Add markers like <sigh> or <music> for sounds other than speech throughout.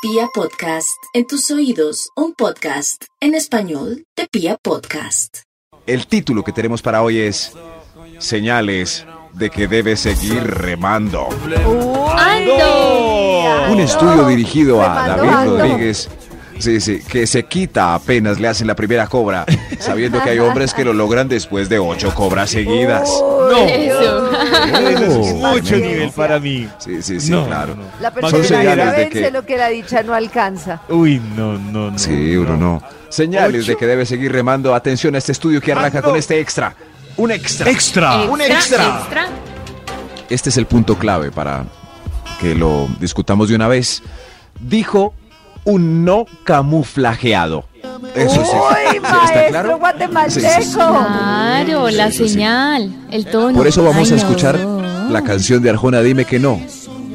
Pia Podcast, en tus oídos, un podcast en español de Pia Podcast. El título que tenemos para hoy es Señales de que debes seguir remando. ¡Ando! Un estudio dirigido a Remando, David ando. Rodríguez. Sí, sí, que se quita apenas le hacen la primera cobra, sabiendo que hay hombres que lo logran después de ocho cobras seguidas. Oh. Eso es Oh. mucho nivel para mí. Sí, sí, sí, No, claro. no, no. La Son señales personalidad de vence que- lo que la dicha no alcanza. Uy, no, no, no. Sí, uno no. Señales de que debes seguir remando. Atención a este estudio que arranca con este extra. Un extra. Extra. Ah. Un extra. Este es el punto clave para que lo discutamos de una vez. Dijo un no camuflajeado. Eso Pues sí. ¡Uy, ¿Sí, maestro ¿Está claro? Sí, guatemalteco! sí, sí. Claro, la Sí, sí, sí. señal, el tono. Por eso vamos a Ay, escuchar no. la canción de Arjona Dime que no.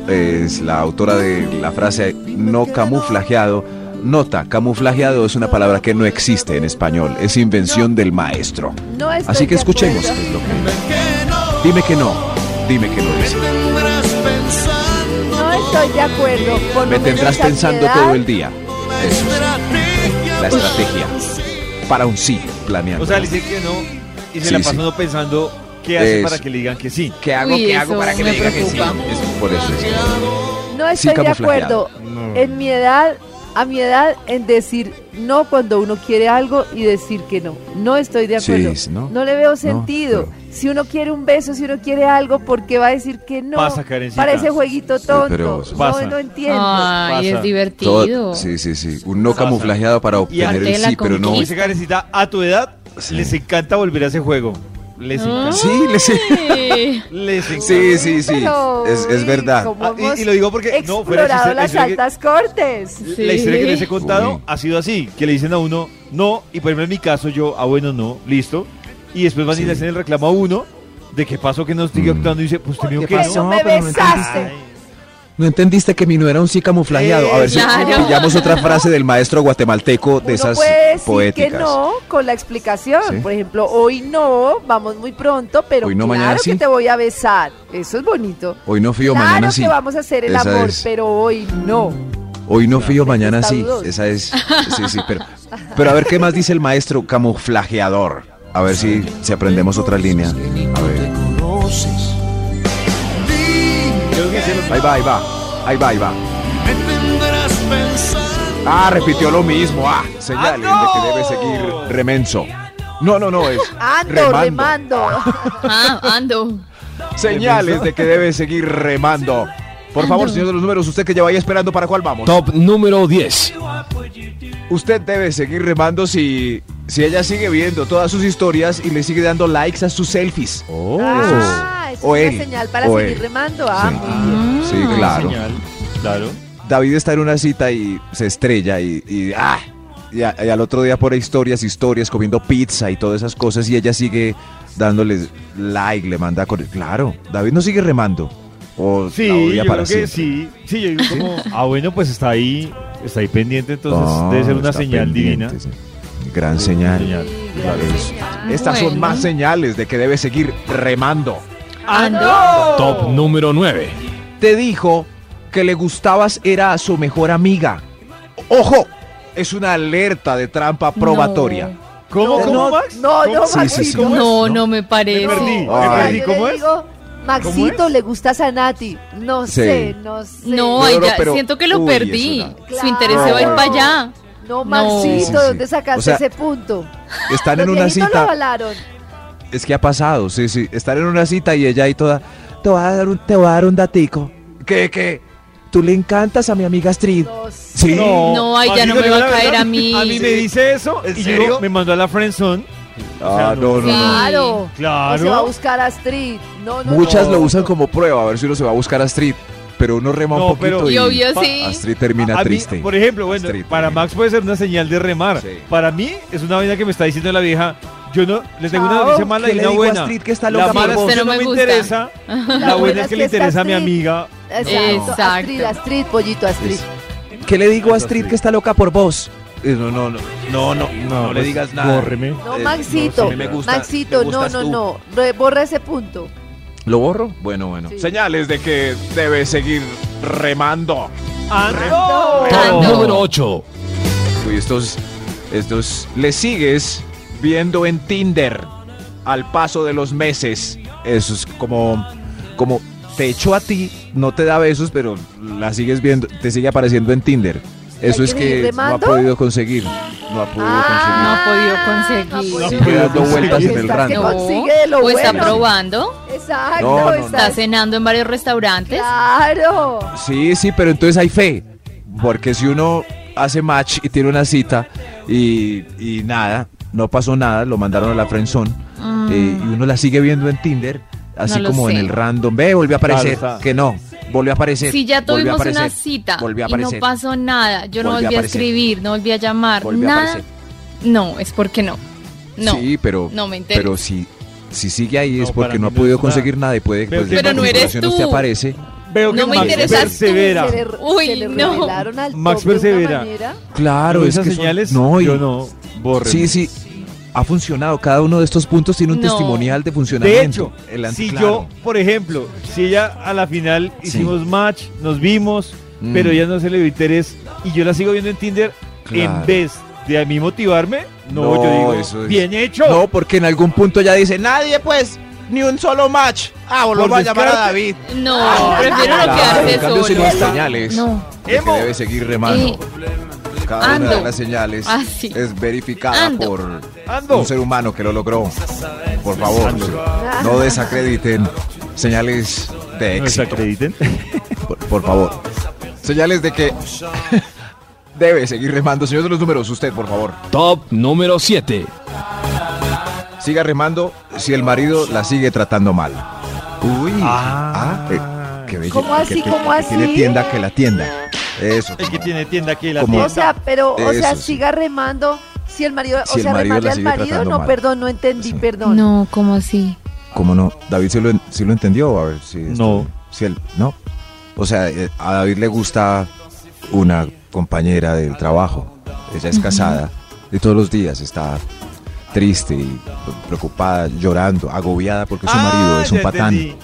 Es la autora de la frase no camuflajeado. Nota, camuflajeado es una palabra que no existe en español, es invención del maestro. No estoy Así que de acuerdo. escuchemos qué es lo que Dime que no, dime que no dice. No estoy de acuerdo. Por lo Me menos tendrás a mi pensando edad, todo el día. Eso es la estrategia para un sí planeando. O sea, le dice que no y se Sí, la sí. pasó pensando qué hace Eso. para que le digan que sí. ¿Qué hago? Uy, ¿Qué hago eso para que me me diga que sí? preocupa. Es por eso es. No Sí, estoy de camuflajeado. acuerdo. En mi edad, a mi edad, en decir no cuando uno quiere algo y decir que no. No estoy de Sí, acuerdo. sí, ¿no? le veo sentido. Si uno quiere un beso, si uno quiere algo, ¿por qué va a decir que no? Pasa, Karencita. Para ese jueguito tonto. pero- no, Pasa. no entiendo. Ay, Pasa. es divertido. Todo- sí, sí, sí. Un no Pasa. camuflajeado para obtener ante el la sí, pero no. Como dice Karencita, a tu edad Sí. les encanta volver a ese juego. Les Ah. encanta. Sí, le sí. Ay, Les encanta. Sí, sí, sí. Pero, Es, es uy, verdad. ¿cómo Ah, y- hemos y lo digo porque- no, fuera de explorado chiste, las la historia que- altas cortes. La historia que les he Sí. contado Uy. ha sido así, que le dicen a uno no, y por ejemplo en mi caso yo, ah bueno, no, listo. Y después van y Sí. le hacen el reclamo a uno de qué pasó que no estoy Mm. actuando y dice, pues te digo Porque que eso no. me pero no besaste. ¿No entendiste que mi no era un sí camuflajeado? A ver si Claro. pillamos otra frase del maestro guatemalteco de Uno esas puede decir poéticas. que no con la explicación. Sí. Por ejemplo, hoy no, vamos muy pronto, pero Hoy no, claro mañana que sí. te voy a besar. Eso es bonito. Hoy no fío, claro mañana que sí. vamos a hacer el Esa amor, es. pero hoy no. Hoy no fío, mañana Está sí. dudoso. Esa es. Sí, sí, pero, pero a ver qué más dice el maestro camuflajeador. A ver si, si aprendemos otra línea. A ver. Creo que se lo- Ahí va, ahí va. Ahí va, ahí va. Ah, repitió lo mismo. Ah, señalen ¡Ah, de no! Ah, que debe seguir remenso. No, no, no, es Ando, remando. remando. <laughs> Ah, ando. Señales de que debe seguir remando. Por favor, Ando. señor de los números, usted que ya vaya esperando para cuál vamos. Top número 10. Usted debe seguir remando si, si ella sigue viendo todas sus historias y le sigue dando likes a sus selfies. Ah, eso O es él, una señal para o seguir él. remando. Ah, Sí. muy bien. Sí, Ah. claro. Señal, claro. David está en una cita y se estrella y, y, ¡ah! y, a- y al otro día por historias, historias, comiendo pizza y todas esas cosas y ella sigue dándoles like, le manda... cor- Claro, David no sigue remando. O Sí, Pues la odia yo para creo que siempre. sí. Sí, yo digo <laughs> como, ah, bueno, pues está ahí, está ahí pendiente, entonces Ah, debe ser una está señal divina. pendiente, sí. Gran señal. Señal. Claro, es- Estas son Bueno. más señales de que debe seguir remando. Ah. Ando. Top número 9. Te dijo que le gustabas era a su mejor amiga. ¡Ojo! Es una alerta de trampa probatoria. ¿Cómo, No, cómo, no, Max? no, no, Sí, sí, Maxi, sí. ¿cómo es? No, no me parece. Me perdí. O sea, Ay. ¿Y yo cómo le es? digo, Maxito, es? le gustas a Nati. No Sí. sé, no sé. No, No, ay, no, ya, pero- siento que lo Uy, perdí. eso no. Su interés se va a ir Claro. para allá. No, No. Maxito, Sí, sí. ¿dónde sacaste O sea, ese punto? Están Los en una viejitos lo cita. avalaron. Es que ha pasado, sí, sí. Estar en una cita y ella ahí toda. Te voy a dar un, te voy a dar un datico. ¿Qué, qué? Tú le encantas a mi amiga Astrid. No sé. Sí. No, No, ay, ya no Maxito, me yo va la a caer verdad, a mí. A mí me dice eso y serio? yo me mandó a la friendzone. Ah, no, no, no. Claro. Claro. O se va a buscar a Astrid. No, no, Muchas no. lo usan como prueba, a ver si uno se va a buscar a Astrid. Pero uno rema No, un poquito pero- y Y obvio sí. Astrid termina A mí, triste. por ejemplo, bueno, Astrid para termina. Max puede ser una señal de remar. Sí. Para mí es una vaina que me está diciendo la vieja. Yo no, les tengo Chao, una noticia mala ¿qué y le una digo a buena. Astrid que está la loca por mala es vos? que Pero no me me gusta. interesa. La buena es que le está interesa a mi Astrid. amiga. Exacto. Exacto. Astrid, Astrid, pollito Astrid. Es- ¿Qué le digo a Eso Astrid sí. que está loca por vos? Eh, No, no, no. No, no, no, le pues, digas nada. córreme. No, Eh, Maxito. no, sí me gusta, Maxito, me no, gustas no, tú. no. Re- Borra ese punto. ¿Lo borro? Bueno, bueno. Sí. Señales de que debe seguir remando. Ando. Ando. Número 8. Uy, estos, estos, le sigues viendo en Tinder al paso de los meses. Eso es como, como te echo a ti, no te da besos, pero la sigues viendo, te sigue apareciendo en Tinder. Eso ¿Hay es que que seguirle no ha mando? podido conseguir. No ha podido No Ah, ha podido conseguir. no ha conseguir. podido Sigue dando conseguir. vueltas en el Está que rango. no- Consigue de lo o está bueno. probando, Exacto, No, no, no. está exacto. cenando en varios restaurantes. Claro. Sí, sí, pero entonces hay fe. Porque si uno hace match y tiene una cita y, y nada, no pasó nada, lo mandaron a la friendzone Mm. eh, y uno la sigue viendo en Tinder, así lo como en sé. el random. Ve, volvió a aparecer, Claro, está. que no, volvió a aparecer. Si ya volvió a tuvimos aparecer, una cita volvió a y no aparecer, pasó nada, yo Volvió no a volví a, aparecer. escribir, no volví a llamar, volvió a nada, aparecer. no, es porque no. No, Sí, pero, no me interesa. pero si, si sigue ahí No, es para porque mí no ha no podido es nada. conseguir nada y puede Pero pues, que de no la eres configuración tú. usted aparece. Veo que No me Max interesas tú. persevera. Se le- se Uy, le no. revelaron al Max top de una persevera. manera. Claro, Pero es esas que son- señales no, y- yo no borro. Sí, sí. Ha funcionado. Cada uno de estos puntos tiene un No. testimonial de De funcionamiento. hecho, El an- si claro. yo, por ejemplo, si ella a la final Sí. hicimos match, nos vimos, Mm. pero ya no se le dio interés y yo la sigo viendo en Tinder, Claro. en vez de a mí motivarme, no, No, yo digo, eso es- bien hecho. No, porque en algún punto ya dice, nadie pues, ni un solo match. Ah, Por volvamos a llamar a descarte. David. no, prefiero no Ah, Claro, quedarse en cambio, si no hay solo. señales, No. de que Emo. debe seguir remando. Eh, Cada una ando. de las señales Ah, sí. es verificada Ando. por Ando. un ser humano que lo logró. Por favor, no desacrediten señales de No se éxito. <laughs> acrediten. Por, por favor. Señales de que <laughs> debe seguir remando. Señor de los números, usted, por favor. Top número 7. Siga remando si el marido la sigue tratando mal. Uy. Ah, eh, qué bello. ¿Cómo así, Que- que- cómo que Tiene así? tienda que la tienda. Eso. El que como- tiene tienda aquí la Como- tienda. O sea, pero, o Eso sea, sí. siga remando. Si el marido, Si o el sea, marido remarle la al sigue marido, tratando no, mal. perdón, no entendí, Sí. perdón. No, ¿cómo así? ¿Cómo no? David sí lo, en- sí lo entendió. A ver si. No. Si él, no. O sea, eh, a David le gusta una compañera del trabajo. Ella es casada. Y todos los días está triste, y preocupada, llorando, agobiada porque su marido Ah, es un ya patán. entendí. Es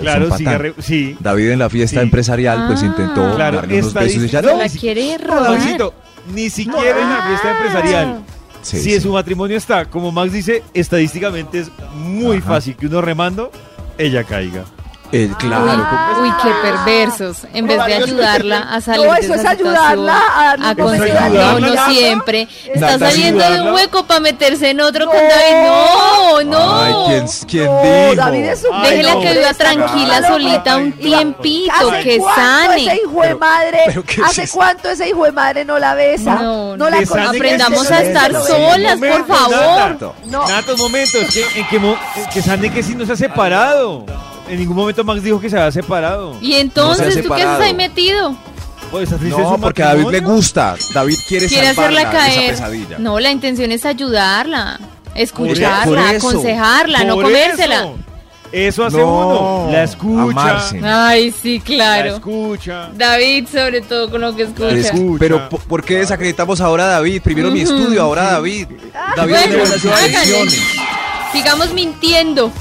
un Claro, patán. cigarre- sí. David en la fiesta Sí. empresarial pues Ah. intentó Claro, darle unos besos y ya estadística. no. ¿La si- Ah, quiere No, robar? Maxito, ni siquiera en la fiesta empresarial. Sí, si sí. su matrimonio está, como Max dice, estadísticamente es muy Ajá. fácil que uno remando, ella caiga. Eh, claro. Ah, Uy, qué perversos. En vez de ayudarla a salir No, de eso esa es ayudarla situación, a- no, a pues, conseguir. No, ayudarla. no siempre. Está Nata, saliendo de un ayudarla. hueco para meterse en otro No. con David. No, no. Ay, ¿quién, quién No, dijo? David es un Ay, Déjela no, que viva está tranquila raro, solita un papá. tiempito, ¿Hace que cuánto ese sane. hijo de madre? pero ¿qué es ¿Hace esto? cuánto ese hijo de madre no la besa? No, la Que sane consiente, que Aprendamos no a le estar dice, no le dice. solas, por Momentos, favor. Nata. No. Natos, momentos. que- ¿En qué mo- que Sandy que si no se ha separado? En ningún momento Max dijo que se había separado. Y entonces, No se ha ¿tú qué haces separado. ahí metido? Pues, ¿estás triste de No, su porque a David le matrimonio? gusta. David quiere, Quiere salvarla hacerla de esa caer. pesadilla. No, la intención es ayudarla, Por escucharla, eso. aconsejarla, no Por comérsela. Eso, Eso hace No, uno. La escucha. amarse. Ay, sí, La claro. escucha. David, sobre todo con lo que Es- escucha. Escucha. pero ¿po- ¿por qué desacreditamos ahora a David? Primero mi Ujú. Ah, estudio, ahora a David. David Bueno, tiene buenas hágale. intenciones. Sigamos mintiendo.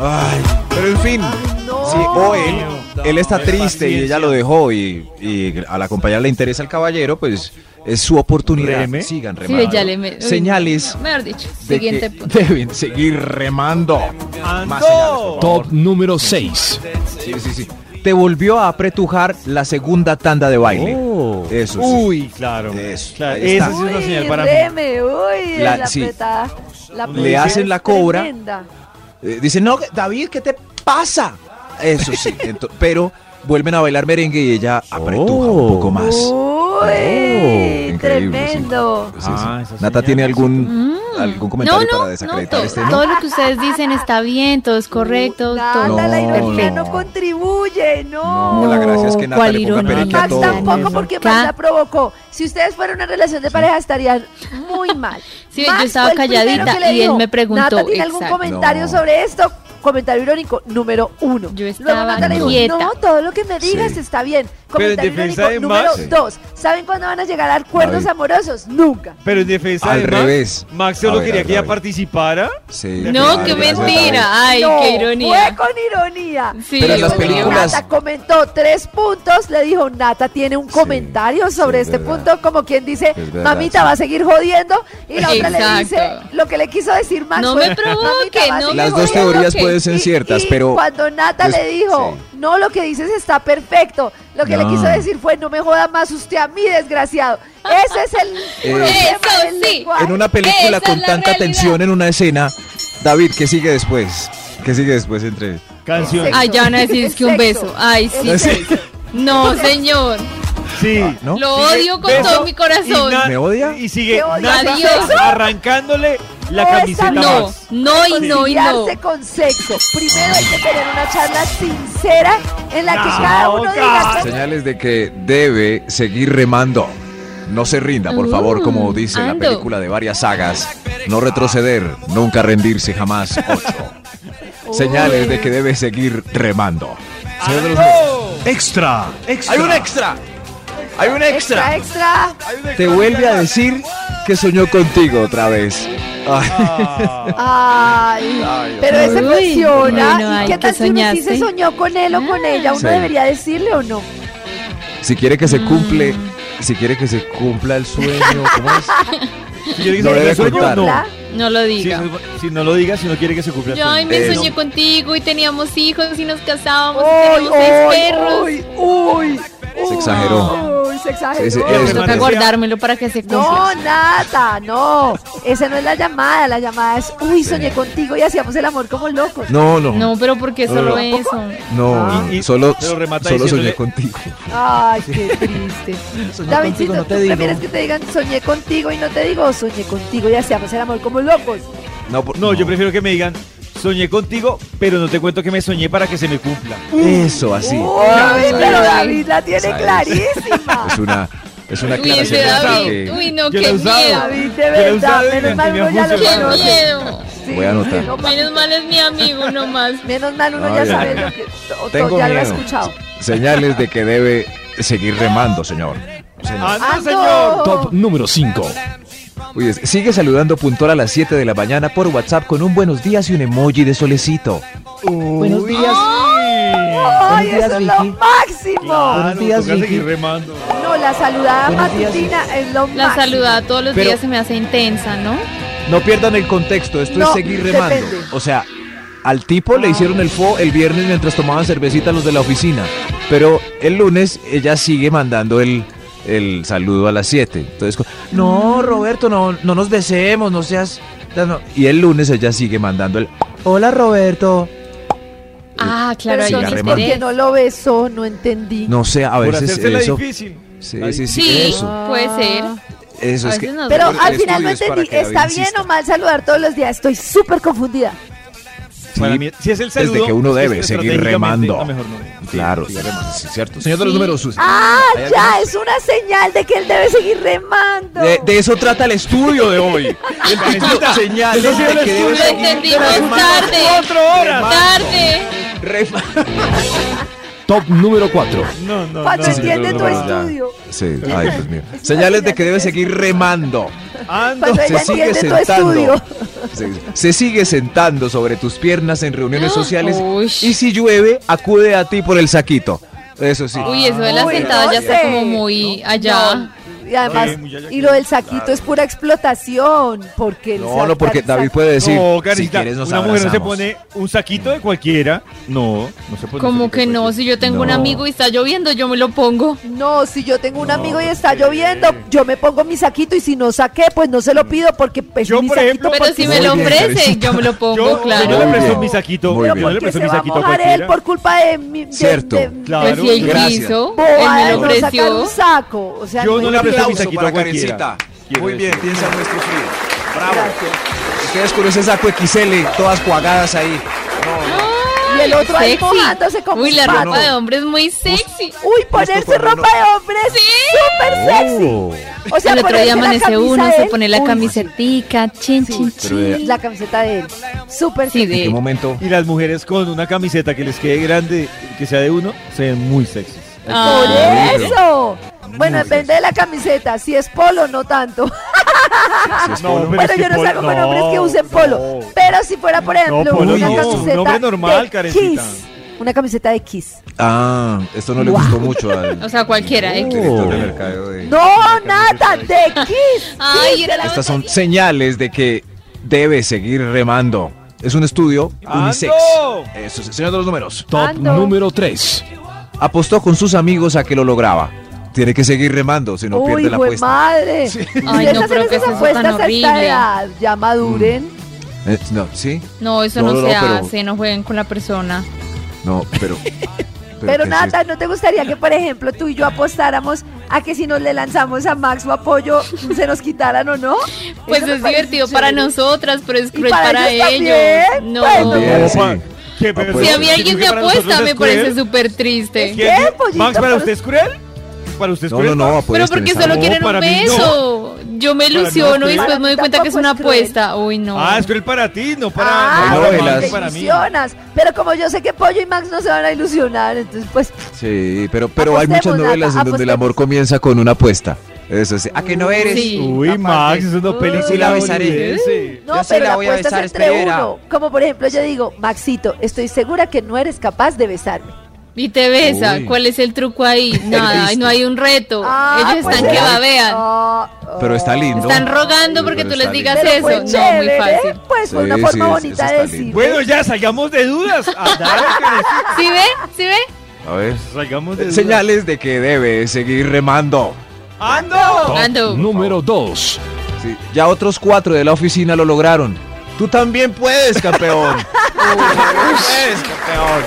Ay, pero en fin. No. Sí, o él, él está Es triste y ella paciencia. lo dejó y, y al acompañar le interesa al caballero, pues es su oportunidad. Reme. Sigan Sí, remando. ya le me- uy, Señales Mejor dicho, de <laughs> siguiente que punto. deben seguir remando. Más Ando. señales, por favor. Top número 6. Sí, sí, sí. Te volvió a apretujar la segunda tanda de baile. Oh. Eso sí. Uy, claro. Eso, Claro, ahí esa está. sí es una señal Uy, para mí. reme, uy, La- la, sí. apretada, la Le apretada hacen es la cobra. tremenda. Eh, Dicen, no, David, ¿qué te pasa? Eso sí. <laughs> ento- pero vuelven a bailar merengue y ella apretuja un poco más. Oh. Uy, Oh, increíble, tremendo. Sí, sí. Ah, esa Nata señal, tiene sí. algún, algún comentario Mm. no, no, para no, desacreditar todo, este, ¿no? todo lo que ustedes dicen está bien, todo es correcto, Nada, todo. No, la ironía no. no, contribuye, no. No, la gracia es que Nata ¿cuál le ponga ironía? pereque a Max todo. tampoco porque Ca- Max la provocó. Si ustedes fueran una relación de pareja estarían muy mal. Sí, <laughs> Max yo estaba fue el primero calladita que le y él dijo, me preguntó, Nata, ¿tiene algún exacto. comentario No. sobre esto? comentario irónico número uno. Yo Luego estaba Nata le dijo, quieta. no, todo lo que me digas Sí. está bien. Pero en Comentario defensa irónico de número Max- dos. ¿Saben cuándo van a llegar a acuerdos David. amorosos? Nunca. Pero en defensa Al de Max, revés. Max A solo ver, a quería ver, a que ella ver. participara. Sí, No, gracias, qué gracias, mentira. David. Ay, No, qué ironía. Fue con ironía. Sí, Pero en las yo creo. películas- Nata comentó tres puntos, le dijo, Nata tiene un Sí, comentario sobre sí, es este verdad. punto, como quien dice, Es verdad, mamita sí. va a seguir jodiendo, y la otra le Exacto. dice lo que le quiso decir Max. No fue, me "Mamita, va a provoque, no seguir me Las dos jodiendo, teorías ok. pueden ser y- ciertas, y pero cuando Nata Pues, le dijo, no, lo que dices está perfecto, lo que le No. quiso decir fue, no me joda más usted a mí, <laughs> desgraciado. Ese es el Eh, problema del Eso sí. lenguaje. en una película Esa con es la tanta realidad. tensión en una escena, David, ¿qué sigue después? ¿Qué sigue después entre Canción. Sexo. Ay, ya van a decir es que un Sexo. beso. Ay, sí. <laughs> No sé. No, señor. Sí. ah, ¿no? Lo odio con Beso todo mi corazón. y na- ¿Me odia? Y sigue ¿Te odia? Nata Adiós. arrancándole la No, camiseta esa a No, Max. no y no y no. Reconciliarse con sexo. Primero hay que tener una charla sincera en la que No, cada uno diga Karen. cómo- Señales de que debe seguir remando. No se rinda, por favor, como Uh, dice la ando. película de varias sagas. No retroceder, nunca rendirse jamás. Ocho. Señales de que debe seguir remando. Señor de los Extra, Hay un extra. Hay un extra, extra. Te vuelve a decir que soñó contigo otra vez. Ay, Ay, Ay, pero otra ese vez. funciona. Bueno, ¿Y ay, qué ¿qué tal si uno sí se soñaste? Ah. soñó con él o con ella? ¿Uno Sí. debería decirle o no? Si quiere que se cumple, si quiere que se cumpla el sueño, ¿cómo es? Si quiere que Lo se debe cumpla el sueño, contar. no. ¿Verdad? No lo Si, diga. si no lo digas, si no quiere que se cumpla el Yo ay, sueño. me Eh, soñé contigo y teníamos hijos y nos casábamos y Uy, teníamos seis uy, perros. uy, uy, Se uy, exageró. uy, se exageró. Ese- ese- Me Pues toca Permanecía- guardármelo para que se cumpla. No, nada, no. Esa no es la llamada. La llamada es, uy, soñé contigo y hacíamos el amor como locos. No, no. No, pero ¿por qué solo No. eso? No, Y- y- solo, pero remata solo soñé diciéndole- contigo. Ay, qué <laughs> triste. Davidcito, contigo, no te ¿tú digo. prefieres que te digan soñé contigo y no te digo soñé contigo y hacíamos el amor como locos? No, por- No, yo no. prefiero que me digan, soñé contigo, pero no te cuento que me soñé para que se me cumpla. Uh. Eso, así. Uy, Ay, pero ay. David la tiene Esa es. <laughs> clarísima. Es una, es una Uy, ese aclaración. David. que- Uy, no, Yo qué lo usaba. miedo. David, de Pero verdad, ustedes menos digan mal que uno me ya lo Qué funcionaba. conoce. miedo. Sí, Voy a anotar. no, papito. Menos mal es mi amigo nomás. Menos mal uno No, ya ya. sabe lo que to- to- Tengo ya lo ha miedo. escuchado. Señales de que debe seguir remando, señor. Ah, Señor. no, ¡Ando! señor. Top número 5. Oye, sigue saludando puntual a las 7 de la mañana por WhatsApp con un buenos días y un emoji de solecito. Buenos días. ¡Ay, días, eso es lo Vicky. máximo! Buenos días, toca seguir Vicky. remando. No, la saludada Buenos días. matutina es lo La máximo. saludada todos los Pero- días se me hace intensa, ¿no? No pierdan el contexto, esto No, es seguir remando. depende. O sea, al tipo le hicieron el fo el viernes mientras tomaban cervecita los de la oficina. Pero el lunes ella sigue mandando el, el saludo a las 7. Entonces, co- no, Mm. Roberto, no, no nos besemos, no seas. no, no". Y el lunes ella sigue mandando el Hola Roberto. Ah, Pero claro, ahí entonces, es ¿por qué no lo besó? No entendí. No sé, a Por veces hacérsela eso. difícil. Sí, Ay, sí, sí, Sí, eso. puede ser. Eso A es que. veces nos Pero Pero al el final no estudio es para entendí, que David ¿está bien insista. o mal saludar todos los días? Estoy súper confundida. Sí, Para mí, si es el Desde saludo, que uno es debe seguir estratégicamente, remando. no, mejor no. Sí, Claro, sí, sí, remando. sí, cierto. Señor de los Sí. números, sus- Ah, ¿Hay ya, alguna- es una señal de que él debe seguir remando. De, de eso trata el estudio de hoy. El título señal Eso sí de lo que estudio. debe Lo seguir entendimos tarde. Cuatro horas. Tarde. rema- <laughs> Top número 4. No, no, Cuando no. sí, entiende no, tu no, no, ya. estudio. Sí, ay, Dios mío. Es Señales de una señal que debe de- seguir remando. Ando. Cuando ella Se sigue entiende tu sentando. estudio. Se, se sigue sentando sobre tus piernas en reuniones sociales. Uy. Y si llueve, acude a ti por el saquito. Eso sí. Uy, eso de la Uy, sentada no ya está sé. como muy allá. No, Y además, Sí, ya, ya y lo del que- saquito es pura explotación. Porque el No, no, porque sacar el David saco- puede decir, no, si Karencita, quieres nos una mujer no se abrazamos". pone un saquito de cualquiera. No, no se pone. Como que no, si yo tengo un No. amigo y está lloviendo, yo me lo pongo. No, si yo tengo un amigo y está lloviendo, yo me pongo mi saquito y si no saqué, pues no se lo pido porque es Yo, mi por ejemplo, saquito. Pero porque si Muy me lo bien, ofrece, Karencita. yo me <laughs> lo pongo, Yo, claro. yo le Muy presto bien. mi saquito. Muy Pero Yo bien. le porque presto se mi va a saquito a mojar él cualquiera. por culpa de mi. de- Cierto. de- de- Pues Claro. si él Gracias. quiso, él bobada me de lo no sacar un ofreció. saco. O sea, Yo no no es le Un presto cierto. mi aplauso saquito para a cualquiera. Karencita. Quiero Muy bien, decir. piensa nuestro frío. Bravo. Gracias. Ustedes con ese saco XL, todas cuagadas ahí. Y el otro ahí Sexy. mojándose como Uy, un la pato. ropa de hombre es muy sexy. Uy, ponerse cuando ropa de hombre es súper sexy. Oh, O sea, el otro ponerse día la amanece camisa uno, de se él, pone la uy, camisetica, chin, Sí, chin, pero de- chin. La camiseta de él. Súper Sí, ¿En qué de momento? Y las mujeres con una camiseta que les quede grande, que sea de uno, se ven muy sexys. Por Ah, eso. Bueno, depende de la camiseta. Si es polo, no tanto. Ah. No, pero bueno, yo no salgo con hombres que usen polo. Pero si fuera, por ejemplo, polo una no, un camiseta hombre normal, de Karencita. Kiss. Una camiseta de Kiss. Ah, esto no le gustó mucho al <laughs> O sea, cualquiera, ¿eh? director de mercado de- No, nada, de Kiss. <laughs> Ay, era la Estas son señales de que debe seguir remando. Es un estudio unisex. ¡Ando! Eso, es, señor de los números. Top Ando. número 3. Apostó con sus amigos a que lo lograba. Tiene que seguir remando, si no Uy, pierde la buen apuesta. madre. Ay, Ustedes no, hacen pero esas que eso es apuestas tan a esta horrible. edad, ya maduren. Eh, no, sí, No, eso No, no, no, se no, pero- hace, no jueguen con la persona. no, <laughs> pero. Pero ¿qué es nada, ¿no te gustaría que, por ejemplo, tú y yo apostáramos a que si nos le lanzamos a Max o apoyo se nos quitaran o no? Pues Eso me es parece divertido para chévere. nosotras, pero es Y cruel para para, ellos ellos. también, No. pues, También, No, sí. pa- Ah, pues, ¿Qué, pero Apuesta. Si eso a mí alguien significa me para nosotros apuesta, es me cruel. parece súper triste. ¿Quién? ¿Qué, pollito? Max, ¿para Pero- usted es cruel? ¿Para usted es No, pues este cruel? no, no, Pero apuestas porque en solo esa- No, quieren un pues, para mí no. beso. Yo me Para mí no es ilusiono y cruel. después me doy cuenta que es una Tampoco es cruel. apuesta. Uy, no. Ah, es cruel para ti, no para, Ah, no, no, para y Max, las- para mí. ilusionas. Pero como yo sé que Pollo y Max no se van a ilusionar, entonces pues Sí, pero, pero hay Apostemos, muchas novelas Nata, en donde el apostemos. Mm. amor comienza con una apuesta. Eso sí. ¿A que no eres? Sí. Uy, Capaz Max, de- es una Uy. Sí, película la besaré. hollywoodense. no, Yo sí pero la la voy a apuesta besar, es entre espera. uno. Como por ejemplo yo digo, Maxito, estoy segura que no eres capaz de besarme. Y te besa. Uy. ¿Cuál es el truco <laughs> ahí? Nada, Perdiste. no hay un reto. Ah, ellos pues están que sí. babean. Ah, ah. Pero está lindo. Están rogando Uy, porque pero tú está les digas lindo. Pero eso. fue No, muy chévere, fácil. Pues fue una Sí, forma sí, es- eso bonita de está decir. lindo. Bueno, ya, salgamos de dudas. Ah, dale, Karencita, ¿Sí ve? ¿Sí <laughs> ve? A ver. Salgamos de Eh, dudas. Señales de que debe seguir remando. Ah, ¡Ando! Ando. Top número 2. Sí, Ya otros cuatro de la oficina lo lograron. Tú también puedes, <laughs> campeón. Tú también puedes, campeón.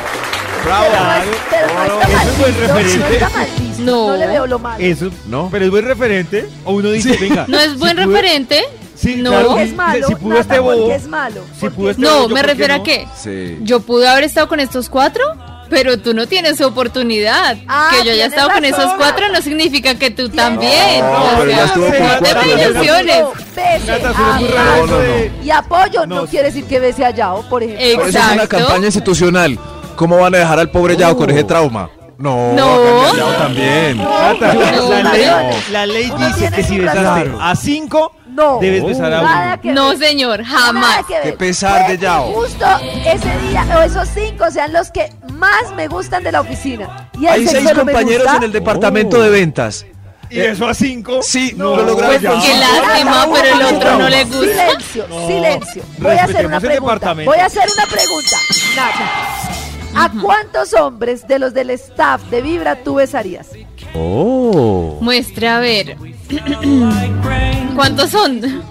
Pero no Bravo. es- pero no Claro, está mal eso es buen visto, no referente. está mal visto, No. no le veo lo malo. Eso, ¿No? pero es buen referente. O uno dice, venga. No es buen si pude- referente. Sí, No. claro, Porque si- es malo, Si pudo Nata, este bobo. porque es malo. Si pudo este No, bobo, yo me por qué refiero no. a qué. Sí. Yo pude haber estado con estos cuatro, pero tú no tienes oportunidad. Ah, que yo haya tienes estado con razón. esos cuatro no significa que tú también. No, O pero ya sea, estuvo con no te cuatro, me ya Pero ilusiones. no, bese Nata, si a Ah, eres muy Max. raro No, no, eso de- Y apoyo no, No, quiere decir que bese a Yao, por ejemplo. Eh, Por eso es una Exacto. campaña institucional. ¿Cómo van a dejar al pobre Yao con ese Oh. trauma? No. No. Yao también. Nata, No, la, no, ley, la ley Uno dice tiene que si su razón. besaste Claro. a cinco, No. debes besar a Nada uno. que No, ver. señor, jamás. Nada que ver. Qué pesar Puede de Yao. que Justo ese día, o esos cinco sean los que más me gustan de la oficina. Y el Hay sexto seis no me compañeros gusta. Oh. en el departamento de ventas. Y eso a cinco. Sí, No, lo lograron. pues, porque Qué Nada, lástima, uno pero el me otro no le gusta. Silencio, No. silencio. Voy a hacer una Respetemos el pregunta. departamento. Voy a hacer una pregunta. Nata. ¿A cuántos hombres de los del staff de Vibra tú besarías? Muestre a ver. <clears throat> ¿Cuántos son?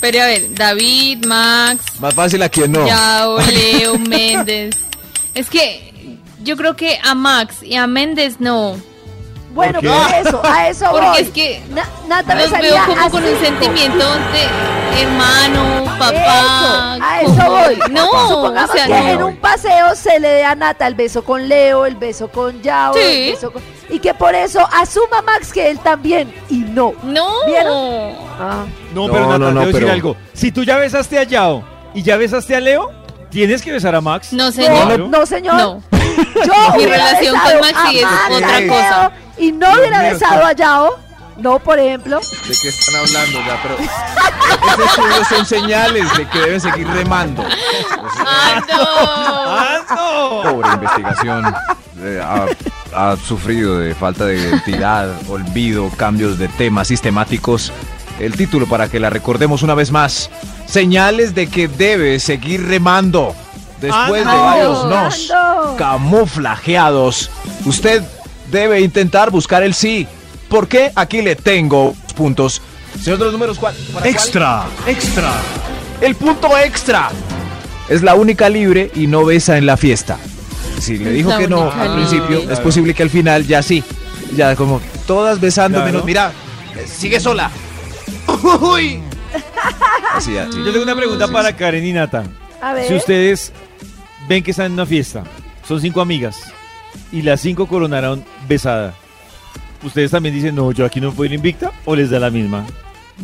Pero a ver, David, Max, Más fácil a quien no. <laughs> Yao, Leo, Méndez. Es que yo creo que a Max y a Méndez no. Bueno, qué? por eso, a eso <laughs> Porque voy. es que Na- Nata Los besaría veo como a con un cinco. sentimiento de hermano, papá. Eso, a eso como- voy. <laughs> No, supongamos o sea, que no. en un paseo se le dé a Nata el beso con Leo, el beso con Yao, Sí. el beso con- y que por eso asuma Max que él también y no. No. ¿Vieron? Ah, No, No, pero Nata, no, no, te voy a decir pero- algo. Si tú ya besaste a Yao y ya besaste a Leo, tienes que besar a Max. No, señor. no, no, señor. No. Yo Mi hubiera relación con besado Maxi a es otra Leo, cosa. Y no hubiera mío, besado a Yao. No, por ejemplo. ¿De qué están hablando ya? Pero esos estudios son señales de que deben seguir remando. Ay, <laughs> no. ¡Ando! Pobre investigación. eh, ha, ha sufrido de falta de identidad, olvido, cambios de temas sistemáticos. El título para que la recordemos una vez más. Señales de que debe seguir remando. Después de Ando, varios nos ando. camuflajeados, usted debe intentar buscar el sí. ¿Por qué? Aquí le tengo puntos. Señor de los números, ¿cuál? ¿Para cuál? Extra. Extra. El punto extra. Es la única libre y no besa en la fiesta. Si le Es dijo la que no única al principio, libre. es posible que al final ya sí. Ya como todas besando Claro. menos, mira, eh, sigue sola. Uy. Así, así. Yo tengo una pregunta para Karen y Nata. A ver. Si ustedes ven que están en una fiesta, son cinco amigas y las cinco coronaron besada, ustedes también dicen, no, yo aquí no puedo ir invicta, o les da la misma.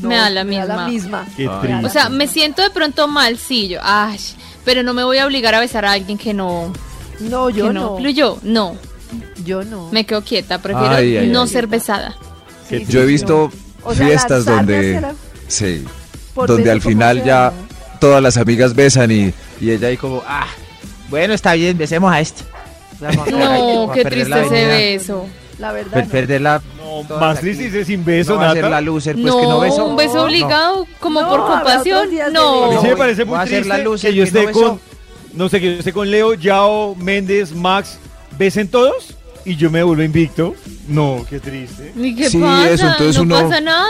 No, Me da la la misma. misma. Qué Ay. triste. O sea, me siento de pronto mal, sí, yo, ay, pero no me voy a obligar a besar a alguien que no, No, que yo no. no. Yo no, Yo no. me quedo quieta, prefiero Ay, ay, no ay. ser besada. Qué Yo he visto O sea, fiestas lanzarme donde... hacia la- Sí. por donde decir al como final sea. ya todas las amigas besan y, y ella ahí como, ah, bueno, está bien, besemos a este. No, qué triste ese avenida. beso. La verdad. no. la... No, Todas más aquí. triste dice sin beso, Nata. loser, no, un beso obligado, como No, por habrá otros compasión, días de no. A mí sí me No, parece voy muy a hacer triste la luz, que el yo que no esté besó. con, no sé, que yo esté con Leo, Yao, Méndez, Max, besen todos y yo me vuelvo invicto. No, qué triste. ¿Y qué Sí, pasa? eso, entonces no uno- pasa nada.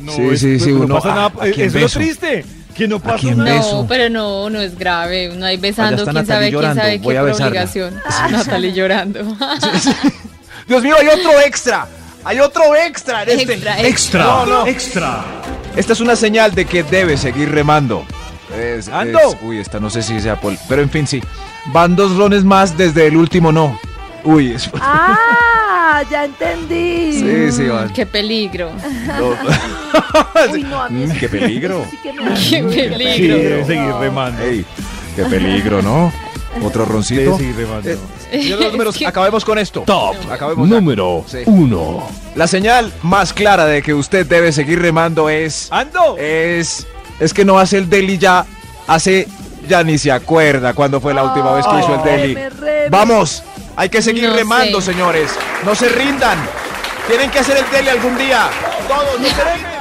No, pues Sí, sí, sí, no uno, pasa ah, nada, ¿a eh, quién es lo beso? triste, que no pasa quién No, nada. beso. pero no, no es grave. No hay Allá besando, está Natalie quién sabe, quién llorando, sabe voy qué a por besarla. <laughs> obligación. Natalie llorando. Dios mío, hay otro extra. Hay otro extra en este. Extra, Extra. No, no. Extra. Esta es una señal de que debe seguir remando. Es- ¡Ando! es- uy, esta no sé si sea pol, pero en fin, sí. Van dos rones más desde el último no. Uy, es- Ah, ya entendí. sí, sí, van. <laughs> Oh, Qué peligro. Uy, no, a mí eso- Mm, qué peligro. eso sí que me da Qué miedo. peligro. Sí, debe seguir No. remando. Ey, qué peligro, ¿no? Otro Debe roncito. seguir remando. Eh, señor de los números, Es que- acabemos con esto. Top Acabemos ya. número Sí. uno. La señal más clara de que usted debe seguir remando es. ¡Ando! Es. Es que no hace el deli ya. Hace. Ya ni se acuerda cuándo fue la última vez que hizo el Ay, deli. me reme. Vamos. Hay que seguir No remando, sé. señores. No se rindan. Tienen que hacer el deli algún día. Todos, no se rindan.